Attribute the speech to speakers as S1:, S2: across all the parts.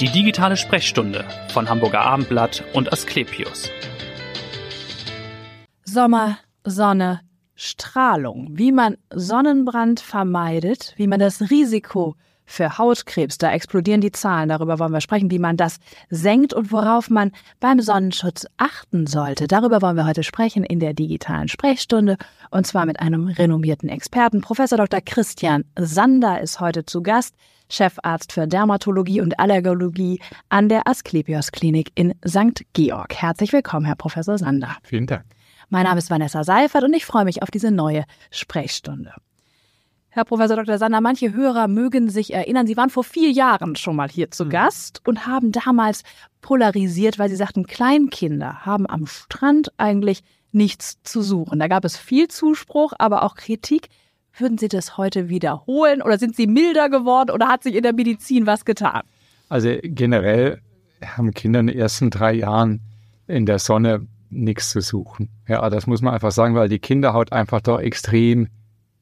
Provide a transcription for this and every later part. S1: Die digitale Sprechstunde von Hamburger Abendblatt und Asklepios.
S2: Sommer, Sonne, Strahlung. Wie man Sonnenbrand vermeidet, wie man das Risiko für Hautkrebs, da explodieren die Zahlen, darüber wollen wir sprechen, wie man das senkt und worauf man beim Sonnenschutz achten sollte. Darüber wollen wir heute sprechen in der digitalen Sprechstunde und zwar mit einem renommierten Experten. Professor Dr. Christian Sander ist heute zu Gast. Chefarzt für Dermatologie und Allergologie an der Asklepios Klinik in St. Georg. Herzlich willkommen, Herr Professor Sander.
S3: Vielen Dank.
S2: Mein Name ist Vanessa Seifert und ich freue mich auf diese neue Sprechstunde. Herr Professor Dr. Sander, manche Hörer mögen sich erinnern, Sie waren vor vier Jahren schon mal hier zu Gast und haben damals polarisiert, weil Sie sagten, Kleinkinder haben am Strand eigentlich nichts zu suchen. Da gab es viel Zuspruch, aber auch Kritik. Würden Sie das heute wiederholen oder sind Sie milder geworden oder hat sich in der Medizin was getan?
S3: Also generell haben Kinder in den ersten drei Jahren in der Sonne nichts zu suchen. Ja, das muss man einfach sagen, weil die Kinderhaut einfach doch extrem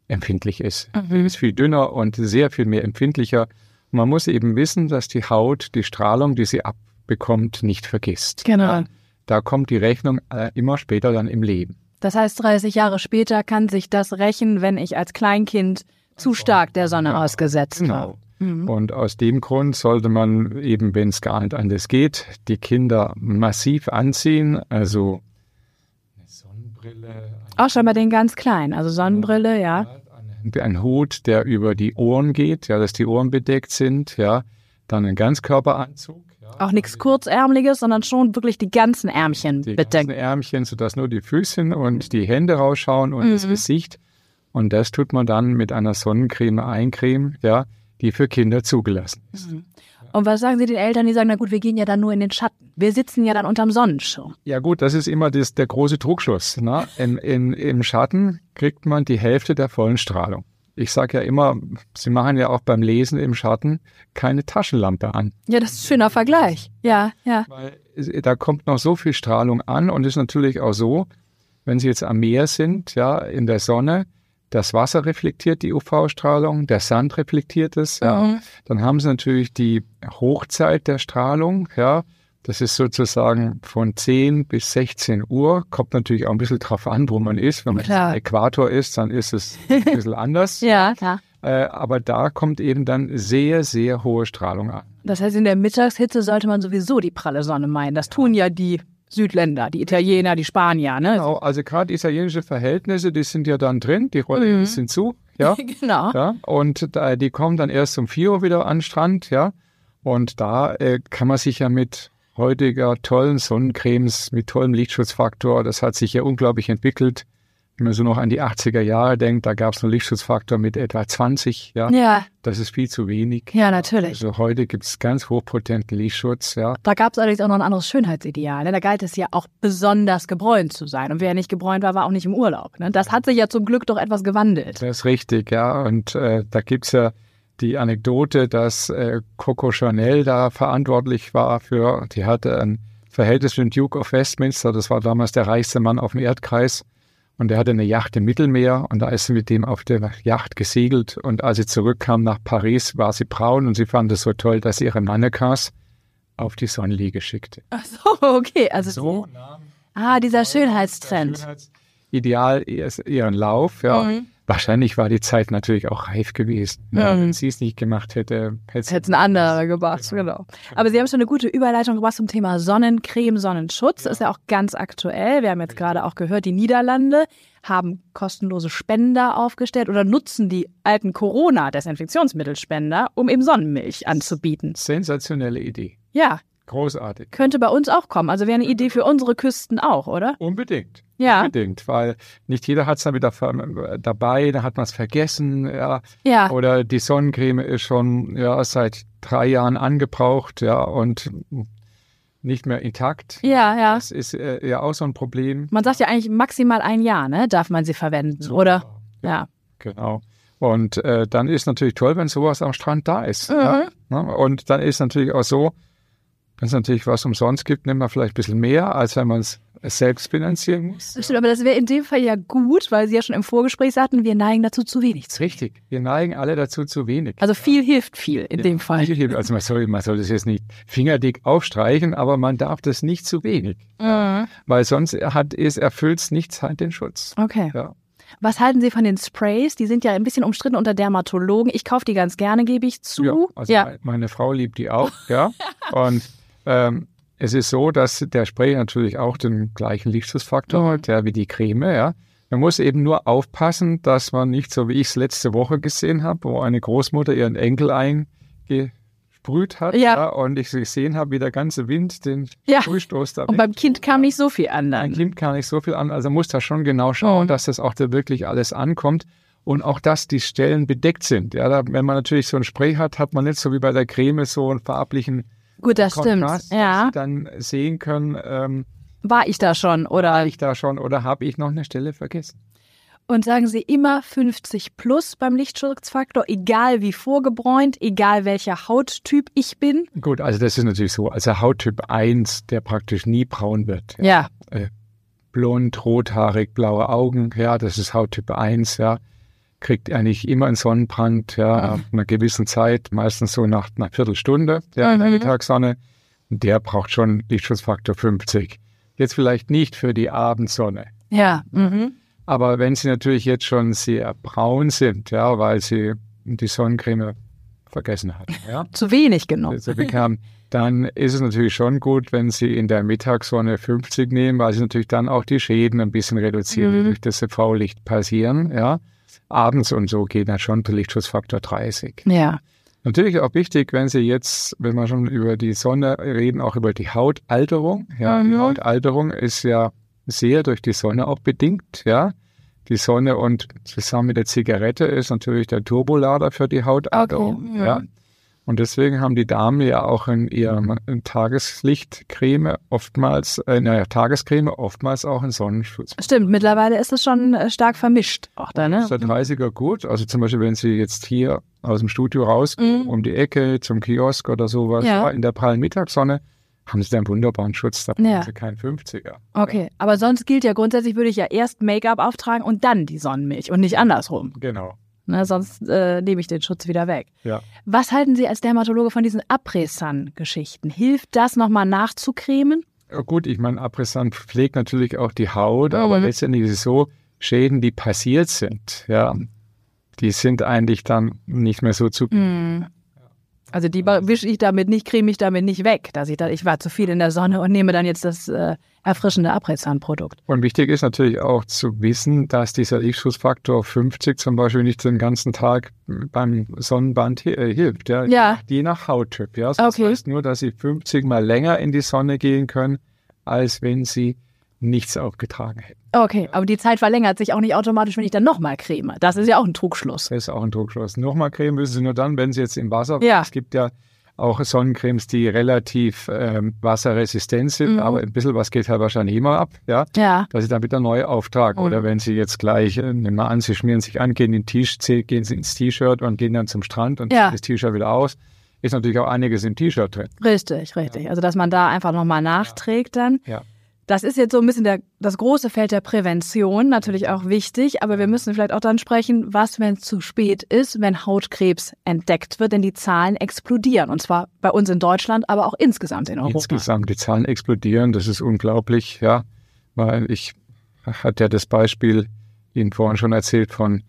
S3: empfindlich ist. Mhm. Ist viel dünner und sehr viel mehr empfindlicher. Und man muss eben wissen, dass die Haut die Strahlung, die sie abbekommt, nicht vergisst.
S2: Genau.
S3: Ja, da kommt die Rechnung äh, immer später dann im Leben.
S2: Das heißt, 30 Jahre später kann sich das rächen, wenn ich als Kleinkind zu stark der Sonne
S3: Genau.
S2: ausgesetzt war. Mhm.
S3: Und aus dem Grund sollte man eben, wenn es gar nicht anders geht, die Kinder massiv anziehen. Also eine Sonnenbrille.
S2: Auch schon bei den ganz Kleinen, also Sonnenbrille, ja.
S3: Ein, ein Hut, der über die Ohren geht, ja, dass die Ohren bedeckt sind, ja. Dann ein Ganzkörperanzug. Ja,
S2: Auch nichts Kurzärmeliges, sondern schon wirklich die ganzen Ärmchen
S3: die
S2: bedenken.
S3: ganzen Ärmchen, sodass nur die Füßchen und die Hände rausschauen und
S2: Mhm.
S3: das Gesicht. Und das tut man dann mit einer Sonnencreme eincremen, ja, die für Kinder zugelassen ist.
S2: Und was sagen Sie den Eltern, die sagen, na gut, wir gehen ja dann nur in den Schatten. Wir sitzen ja dann unterm Sonnenschirm.
S3: Ja gut, das ist immer das, der große Druckschuss. Ne? Im, in, Im Schatten kriegt man die Hälfte der vollen Strahlung. Ich sage ja immer, Sie machen ja auch beim Lesen im Schatten keine Taschenlampe an.
S2: Ja, das ist ein schöner Vergleich. Ja, ja.
S3: Weil da kommt noch so viel Strahlung an und ist natürlich auch so, wenn Sie jetzt am Meer sind, ja, in der Sonne, das Wasser reflektiert die UV-Strahlung, der Sand reflektiert es, ja.
S2: Mhm.
S3: Dann haben Sie natürlich die Hochzeit der Strahlung, ja. Das ist sozusagen von 10 bis 16 Uhr. Kommt natürlich auch ein bisschen drauf an, wo man ist. Wenn man
S2: Klar.
S3: am Äquator ist, dann ist es ein bisschen anders.
S2: Ja, ja.
S3: Äh, aber da kommt eben dann sehr, sehr hohe Strahlung an.
S2: Das heißt, in der Mittagshitze sollte man sowieso die pralle Sonne meiden. Das tun ja die Südländer, die Italiener, die Spanier, ne?
S3: Genau, also gerade italienische Verhältnisse, die sind ja dann drin, die rollen
S2: Mhm.
S3: sind zu, ja,
S2: genau.
S3: ja, und da, die kommen dann erst um 4 Uhr wieder an den Strand, ja, und da äh, kann man sich ja mit heutiger tollen Sonnencremes, mit tollem Lichtschutzfaktor, das hat sich ja unglaublich entwickelt, wenn man so noch an die 80er Jahre denkt, da gab es einen Lichtschutzfaktor mit etwa 20, ja,
S2: Ja,
S3: das ist viel zu wenig.
S2: ja, natürlich.
S3: Also heute gibt es ganz hochpotenten Lichtschutz, ja,
S2: Da gab es allerdings auch noch ein anderes Schönheitsideal. Ne? Da galt es ja auch besonders gebräunt zu sein. Und wer nicht gebräunt war, war auch nicht im Urlaub. Ne? Das hat sich ja zum Glück doch etwas gewandelt.
S3: Das ist richtig, ja. Und äh, da gibt's ja die Anekdote, dass äh, Coco Chanel da verantwortlich war für, die hatte ein Verhältnis mit dem Duke of Westminster, das war damals der reichste Mann auf dem Erdkreis. Und er hatte eine Yacht im Mittelmeer und da ist sie mit dem auf der Yacht gesegelt. Und als sie zurückkam nach Paris, war sie braun und sie fand es so toll, dass sie ihre Mannequins auf die Sonnenliege schickte.
S2: Ach so, okay. Also, ah, dieser Schönheitstrend.
S3: Ideal ihren Lauf, ja. Wahrscheinlich war die Zeit natürlich auch reif gewesen. Ja,
S2: Mhm.
S3: Wenn sie es nicht gemacht hätte, hätte
S2: Das hätte ein anderer gemacht, genau. Aber Sie haben schon eine gute Überleitung gebracht zum Thema Sonnencreme, Sonnenschutz. Ist ja auch ganz aktuell. Wir haben jetzt gerade auch gehört, die Niederlande haben kostenlose Spender aufgestellt oder nutzen die alten Corona-Desinfektionsmittelspender, um eben Sonnenmilch anzubieten.
S3: Sensationelle Idee.
S2: Ja,
S3: Großartig.
S2: könnte bei uns auch kommen. Also wäre eine Idee für unsere Küsten auch, oder?
S3: Unbedingt.
S2: Ja,
S3: Unbedingt, weil nicht jeder hat es dann wieder ver- dabei, dann hat man es vergessen, ja.
S2: ja.
S3: Oder die Sonnencreme ist schon ja, seit drei Jahren angebraucht, ja, und nicht mehr intakt.
S2: Ja, ja.
S3: Das ist äh, ja auch so ein Problem.
S2: Man sagt ja eigentlich maximal ein Jahr, ne? Darf man sie verwenden, oder? Ja.
S3: Genau. Und äh, dann ist natürlich toll, wenn sowas am Strand da ist. Ja, ne? Und dann ist natürlich auch so, wenn es natürlich was umsonst gibt, nimmt man vielleicht ein bisschen mehr, als wenn man es es selbst finanzieren muss.
S2: Stimmt, aber das wäre in dem Fall ja gut, weil Sie ja schon im Vorgespräch sagten, wir neigen dazu zu wenig zu.
S3: Richtig. Wir neigen alle dazu zu wenig.
S2: Also viel hilft viel in dem Fall.
S3: Also man soll, man soll das jetzt nicht fingerdick aufstreichen, aber man darf das nicht zu wenig.
S2: Mhm.
S3: Weil sonst hat es erfüllt nichts halt den Schutz.
S2: Okay.
S3: Ja.
S2: Was halten Sie von den Sprays? Die sind ja ein bisschen umstritten unter Dermatologen. Ich kaufe die ganz gerne, gebe ich zu.
S3: Ja, also me- meine Frau liebt die auch, ja. Und ähm, es ist so, dass der Spray natürlich auch den gleichen
S2: Mhm.
S3: Lichtschutzfaktor hat, ja, wie die Creme, ja. Man muss eben nur aufpassen, dass man nicht so, wie ich es letzte Woche gesehen habe, wo eine Großmutter ihren Enkel eingesprüht hat
S2: Ja.
S3: und ich gesehen habe, wie der ganze Wind den
S2: Ja.
S3: Sprühstoß da
S2: Und beim Kind kam nicht so viel an
S3: ein
S2: dann.
S3: Kind kann nicht so viel an, also muss da schon genau schauen,
S2: Mhm.
S3: dass das auch da wirklich alles ankommt und auch, dass die Stellen bedeckt sind. Ja, da, wenn man natürlich so ein Spray hat, hat man nicht so wie bei der Creme so einen farblichen
S2: Gut, das
S3: Kontrast,
S2: stimmt.
S3: dass
S2: Ja.
S3: sie dann sehen können, ähm,
S2: War ich da schon oder?
S3: bin ich da schon oder habe ich noch eine Stelle vergessen.
S2: Und sagen Sie immer 50 plus beim Lichtschutzfaktor, egal wie vorgebräunt, egal welcher Hauttyp ich bin.
S3: Gut, also das ist natürlich so. Also Hauttyp 1, der praktisch nie braun wird.
S2: Ja.
S3: blond, rothaarig, blaue Augen, ja, das ist Hauttyp 1, ja, kriegt eigentlich immer einen Sonnenbrand, ja, ab einer gewissen Zeit, meistens so nach einer Viertelstunde, ja, in der Mittagssonne. Und der braucht schon Lichtschutzfaktor 50. Jetzt vielleicht nicht für die Abendsonne.
S2: Ja. Mhm.
S3: Aber wenn sie natürlich jetzt schon sehr braun sind, ja, weil sie die Sonnencreme vergessen hatten, ja,
S2: Zu wenig genommen.
S3: so bekamen, Also dann ist es natürlich schon gut, wenn Sie in der Mittagssonne 50 nehmen, weil Sie natürlich dann auch die Schäden ein bisschen reduzieren, die durch das UV-Licht passieren. Ja. Abends und so geht dann schon der Lichtschutzfaktor 30.
S2: Ja.
S3: Natürlich auch wichtig, wenn Sie jetzt, wenn wir schon über die Sonne reden, auch über die Hautalterung. Ja, die Hautalterung ist ja sehr durch die Sonne auch bedingt, ja. Die Sonne und zusammen mit der Zigarette ist natürlich der Turbolader für die Hautalterung.
S2: ja.
S3: ja. Und deswegen haben die Damen ja auch in ihrem Tageslichtcreme oftmals, äh, in der Tagescreme oftmals auch einen Sonnenschutz.
S2: Stimmt, mittlerweile ist es schon äh, stark vermischt. Auch da, ne?
S3: Ist der 30er gut? Also zum Beispiel, wenn Sie jetzt hier aus dem Studio raus,
S2: Mhm.
S3: um die Ecke, zum Kiosk oder sowas,
S2: Ja.
S3: ja. in der prallen Mittagssonne, haben Sie dann wunderbaren Schutz, da brauchen
S2: Ja.
S3: Sie keinen 50er.
S2: Okay, aber sonst gilt ja grundsätzlich, würde ich ja erst Make-up auftragen und dann die Sonnenmilch und nicht andersrum.
S3: Genau.
S2: Ne, sonst äh, nehme ich den Schutz wieder weg.
S3: Ja.
S2: Was halten Sie als Dermatologe von diesen Après-Sun-Geschichten? Hilft das nochmal nachzucremen?
S3: Ja, Gut, ich meine, Apressant pflegt natürlich auch die Haut, aber letztendlich ist es so, Schäden, die passiert sind, ja, die sind eigentlich dann nicht mehr so zu
S2: Hm. Also die ba- wische ich damit nicht, creme ich damit nicht weg, dass ich da, ich war zu viel in der Sonne und nehme dann jetzt das äh, erfrischende Après-Sun-Produkt.
S3: Und wichtig ist natürlich auch zu wissen, dass dieser Lichtschutzfaktor 50 zum Beispiel nicht den ganzen Tag beim Sonnenbrand hi- äh, hilft. Ja?
S2: Ja.
S3: Je nach Hauttyp. Ja? Also Das
S2: Okay.
S3: heißt nur, dass sie 50 mal länger in die Sonne gehen können, als wenn sie nichts aufgetragen hätten.
S2: Okay, aber die Zeit verlängert sich auch nicht automatisch, wenn ich dann nochmal creme. Das ist ja auch ein Trugschluss.
S3: Das ist auch ein Druckschluss. Nochmal Creme müssen sie nur dann, wenn sie jetzt im Wasser
S2: Ja.
S3: Es gibt ja auch Sonnencremes, die relativ ähm, wasserresistent sind,
S2: Mhm.
S3: aber ein bisschen was geht halt wahrscheinlich immer ab. Ja?
S2: Ja.
S3: dass sie dann wieder neu auftragen.
S2: Oh.
S3: Oder wenn sie jetzt gleich, äh, nehmen wir an, sie schmieren sich an, gehen, in den Tisch, gehen sie ins T-Shirt und gehen dann zum Strand und
S2: Ja.
S3: ziehen das T-Shirt wieder aus, ist natürlich auch einiges im T-Shirt drin.
S2: Richtig, richtig. Also, dass man da einfach nochmal nachträgt dann.
S3: Ja.
S2: Das ist jetzt so ein bisschen der, das große Feld der Prävention, natürlich auch wichtig, aber wir müssen vielleicht auch dann sprechen, was, wenn es zu spät ist, wenn Hautkrebs entdeckt wird, denn die Zahlen explodieren. Und zwar bei uns in Deutschland, aber auch insgesamt in Europa.
S3: Insgesamt, die Zahlen explodieren, das ist unglaublich, ja. Weil ich hatte ja das Beispiel Ihnen vorhin schon erzählt von,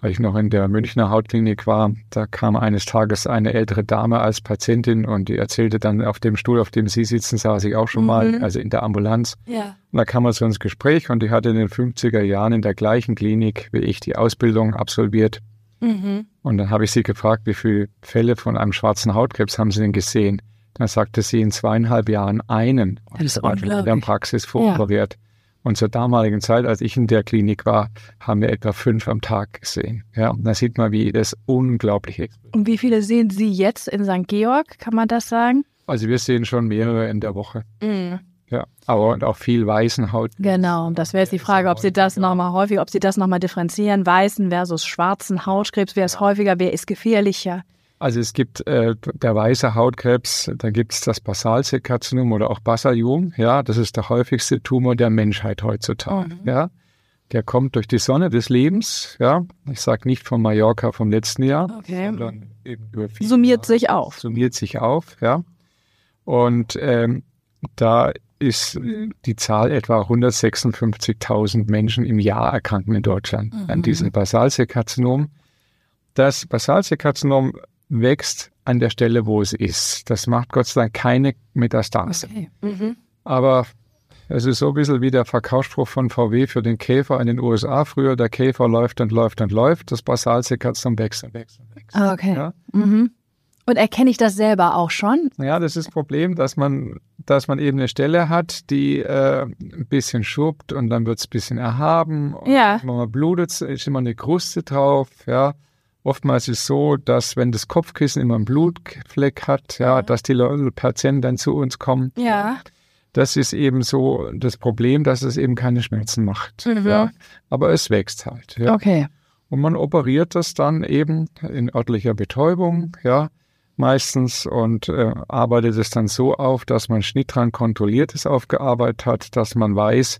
S3: weil ich noch in der Münchner Hautklinik war, da kam eines Tages eine ältere Dame als Patientin und die erzählte dann auf dem Stuhl, auf dem Sie sitzen, saß ich auch schon mal, also in der Ambulanz.
S2: Ja.
S3: Und da kam man so ins Gespräch und die hatte in den 50er Jahren in der gleichen Klinik wie ich die Ausbildung absolviert.
S2: Mhm.
S3: Und dann habe ich sie gefragt, wie viele Fälle von einem schwarzen Hautkrebs haben sie denn gesehen? Dann sagte sie in zweieinhalb Jahren einen. Und
S2: Das ist
S3: war schon in der
S2: unglaublich.
S3: Praxis voroperiert. Und zur damaligen Zeit, als ich in der Klinik war, haben wir etwa fünf am Tag gesehen. Ja, und da sieht man, wie das unglaublich ist.
S2: Und wie viele sehen Sie jetzt in St. Georg? Kann man das sagen?
S3: Also wir sehen schon mehrere in der Woche.
S2: Mhm.
S3: Ja, aber und auch viel weißen Haut.
S2: Genau, das wäre jetzt die Frage, ob Sie das nochmal häufig, ob Sie das nochmal differenzieren, weißen versus schwarzen Hautkrebs, wer ist häufiger, wer ist gefährlicher?
S3: Also es gibt äh, der weiße Hautkrebs, da gibt es das Basalzellkarzinom oder auch Basaliom. Ja, das ist der häufigste Tumor der Menschheit heutzutage. Mhm. Ja, der kommt durch die Sonne des Lebens. Ja, ich sage nicht von Mallorca vom letzten Jahr,
S2: Okay.
S3: sondern eben über viele
S2: Summiert
S3: Jahre.
S2: sich auf.
S3: Summiert sich auf. Ja, und ähm, da ist die Zahl etwa 156.000 Menschen im Jahr erkranken in Deutschland an
S2: Mhm.
S3: diesem Basalzellkarzinom. Das Basalzellkarzinom wächst an der Stelle, wo es ist. Das macht Gott sei Dank keine Metastase.
S2: Okay.
S3: Aber es ist so ein bisschen wie der Verkaufsspruch von VW für den Käfer in den USA früher. Der Käfer läuft und läuft und läuft. Das Basalzellkarzinom wächst und wächst und wächst.
S2: Ah, Okay.
S3: Ja?
S2: Mhm. Und erkenne ich das selber auch schon?
S3: Ja, das ist das Problem, dass man, dass man eben eine Stelle hat, die äh, ein bisschen schuppt und dann wird es ein bisschen erhaben. Und
S2: Ja.
S3: Wenn man blutet, ist immer eine Kruste drauf. Ja. Oftmals ist es so, dass wenn das Kopfkissen immer einen Blutfleck hat, ja, dass die Leute, Patienten dann zu uns kommen.
S2: Ja.
S3: Das ist eben so das Problem, dass es eben keine Schmerzen macht.
S2: Mhm.
S3: Ja. Aber es wächst halt. Ja.
S2: Okay.
S3: Und man operiert das dann eben in örtlicher
S2: Mhm.
S3: Betäubung, ja, meistens und äh, arbeitet es dann so auf, dass man schnittran kontrolliertes aufgearbeitet hat, dass man weiß,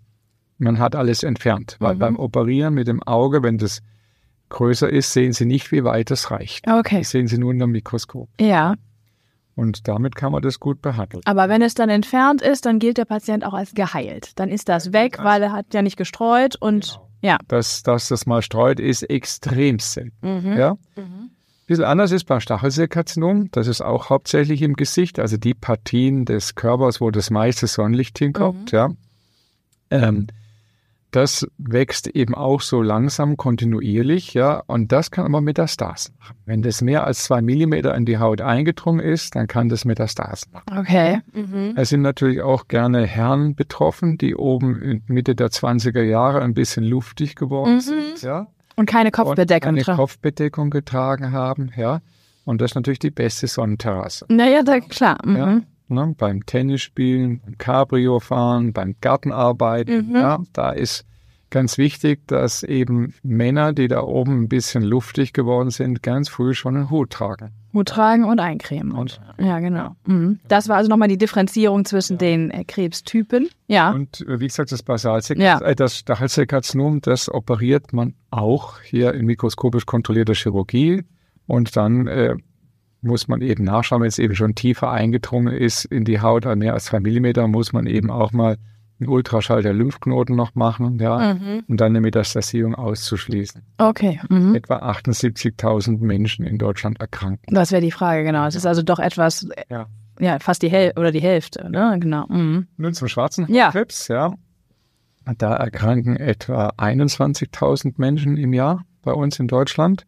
S3: man hat alles entfernt. Weil
S2: Mhm.
S3: beim Operieren mit dem Auge, wenn das größer ist, sehen Sie nicht, wie weit es reicht.
S2: Okay.
S3: Das sehen Sie nur unter dem Mikroskop.
S2: Ja.
S3: Und damit kann man das gut behandeln.
S2: Aber wenn es dann entfernt ist, dann gilt der Patient auch als geheilt. Dann ist das weg, weil er hat ja nicht gestreut und ja.
S3: Dass, dass das mal streut, ist extrem selten.
S2: Mhm.
S3: Genau. Ja? bisschen anders ist beim Stachelseekarzinom. Das ist auch hauptsächlich im Gesicht, also die Partien des Körpers, wo das meiste Sonnenlicht hinkommt. Ja. Ähm, das wächst eben auch so langsam, kontinuierlich, ja, und das kann aber Metastasen machen. Wenn das mehr als zwei Millimeter in die Haut eingedrungen ist, dann kann das Metastasen machen.
S2: Okay.
S3: Es sind natürlich auch gerne Herren betroffen, die oben in Mitte der 20er Jahre ein bisschen luftig geworden
S2: Mhm.
S3: sind, ja
S2: Und keine
S3: und
S2: Kopfbedeckung.
S3: eine
S2: dran.
S3: Kopfbedeckung getragen haben, ja. Und das ist natürlich die beste Sonnenterrasse.
S2: naja, da, klar. Mhm.
S3: Ja, ne? Beim Tennisspielen, beim Cabrio-Fahren, beim Gartenarbeiten,
S2: Mhm.
S3: ja, da ist ganz wichtig, dass eben Männer, die da oben ein bisschen luftig geworden sind, ganz früh schon einen Hut tragen.
S2: Hut tragen und eincremen.
S3: Und-
S2: ja, genau. Mhm. Das war also nochmal die Differenzierung zwischen den äh, Krebstypen. Ja.
S3: Und äh, wie gesagt, das Basalzell,
S2: Ah. Ja.
S3: äh, das Stachelzellkarzinom, das operiert man auch hier in mikroskopisch kontrollierter Chirurgie. Und dann äh, muss man eben nachschauen, wenn es eben schon tiefer eingedrungen ist in die Haut, an mehr als zwei Millimeter, muss man eben auch mal einen Ultraschall der Lymphknoten noch machen, ja,
S2: Mhm.
S3: um dann eine Metastasierung auszuschließen.
S2: Okay. Mhm.
S3: Etwa 78.000 Menschen in Deutschland erkranken.
S2: Das wäre die Frage, genau. Es ist also doch etwas, äh,
S3: Ja.
S2: ja, fast die Häl oder die Hälfte, ne? Genau. Mhm.
S3: Nun zum schwarzen
S2: Ja.
S3: Krebs, ja. Da erkranken etwa 21.000 Menschen im Jahr bei uns in Deutschland.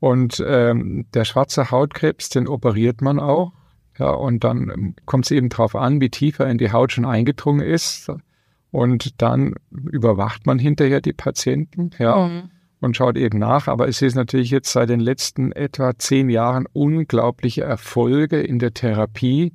S3: Und ähm, der schwarze Hautkrebs, den operiert man auch. Ja, und dann ähm, kommt es eben darauf an, wie tief er in die Haut schon eingedrungen ist. Und dann überwacht man hinterher die Patienten ja,
S2: Mhm.
S3: und schaut eben nach. Aber es ist natürlich jetzt seit den letzten etwa zehn Jahren unglaubliche Erfolge in der Therapie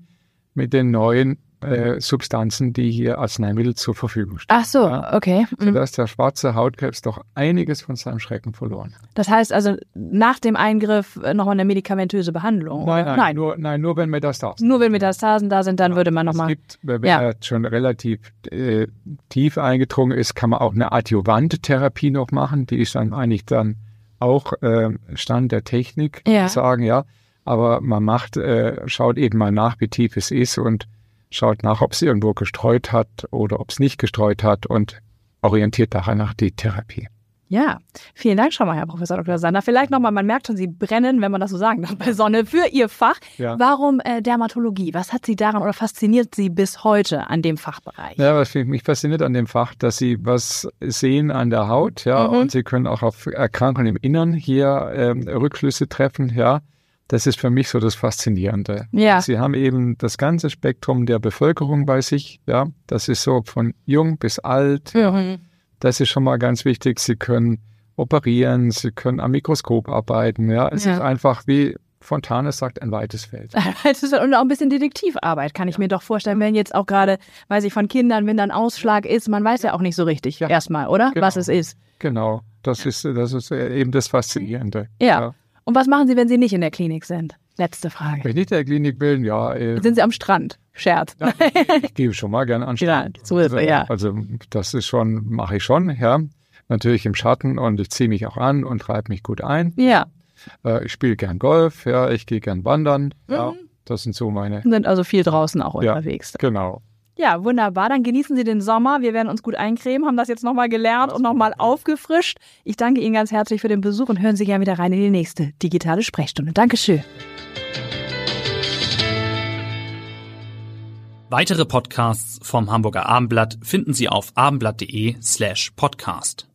S3: mit den neuen äh, Substanzen, die hier Arzneimittel zur Verfügung stehen.
S2: Ach so,
S3: Ja.
S2: okay. Mhm.
S3: Dass der schwarze Hautkrebs doch einiges von seinem Schrecken verloren hat.
S2: Das heißt also, nach dem Eingriff äh, nochmal eine medikamentöse Behandlung. oder?
S3: Nur, nein, nur wenn Metastasen.
S2: Nur wenn Metastasen da sind, dann würde man
S3: Es
S2: nochmal.
S3: gibt, wenn
S2: Ja.
S3: er schon relativ äh, tief eingedrungen ist, kann man auch eine adjuvante Therapie noch machen. Die ist dann eigentlich dann auch äh, Stand der Technik,
S2: Ja.
S3: sagen ja. Aber man macht, äh, schaut eben mal nach, wie tief es ist und schaut nach, ob es irgendwo gestreut hat oder ob es nicht gestreut hat und orientiert danach die Therapie.
S2: Ja, vielen Dank schon mal, Herr Professor Dr. Sander. Vielleicht nochmal, man merkt schon, Sie brennen, wenn man das so sagen darf, bei Sonne für Ihr Fach.
S3: Ja.
S2: Warum äh, Dermatologie? Was hat Sie daran oder fasziniert Sie bis heute an dem Fachbereich?
S3: Ja, was mich mich fasziniert an dem Fach, dass sie was sehen an der Haut, ja,
S2: Mhm.
S3: und sie können auch auf Erkrankungen im Innern hier ähm, Rückschlüsse treffen, ja. Das ist für mich so das Faszinierende.
S2: Ja.
S3: Sie haben eben das ganze Spektrum der Bevölkerung bei sich, ja. Das ist so von jung bis alt.
S2: Mhm.
S3: Das ist schon mal ganz wichtig. Sie können operieren, sie können am Mikroskop arbeiten, ja. Es
S2: Ja.
S3: ist einfach, wie Fontanes sagt, ein weites Feld.
S2: Das ist- Und auch ein bisschen Detektivarbeit, kann ich mir doch vorstellen, wenn jetzt auch gerade, weiß ich, von Kindern, wenn dann Ausschlag ist, man weiß ja auch nicht so richtig
S3: Ja.
S2: erstmal, oder?
S3: Genau.
S2: Was es ist.
S3: Genau. Das ist, das ist äh, eben das Faszinierende.
S2: Ja.
S3: Ja.
S2: Und was machen Sie, wenn Sie nicht in der Klinik sind? Letzte Frage.
S3: Wenn ich der Klinik bin, ja, äh,
S2: Sind Sie am Strand? Scherz.
S3: Ja. ich gebe schon mal gerne an.
S2: Ja, so ist es, ja.
S3: Also das ist schon, mache ich schon, ja. Natürlich im Schatten und ich ziehe mich auch an und treibe mich gut ein.
S2: Ja,
S3: Äh, ich spiele gern Golf, ja, ich gehe gern wandern. Ja,
S2: Mhm.
S3: das sind so meine.
S2: sind also viel draußen auch
S3: Ja.
S2: unterwegs.
S3: Genau.
S2: Ja, wunderbar. Dann genießen Sie den Sommer. Wir werden uns gut eincremen, haben das jetzt nochmal gelernt und nochmal aufgefrischt. Ich danke Ihnen ganz herzlich für den Besuch und hören Sie gerne wieder rein in die nächste digitale Sprechstunde. Dankeschön.
S1: Weitere Podcasts vom Hamburger Abendblatt finden Sie auf abendblatt.de slash podcast.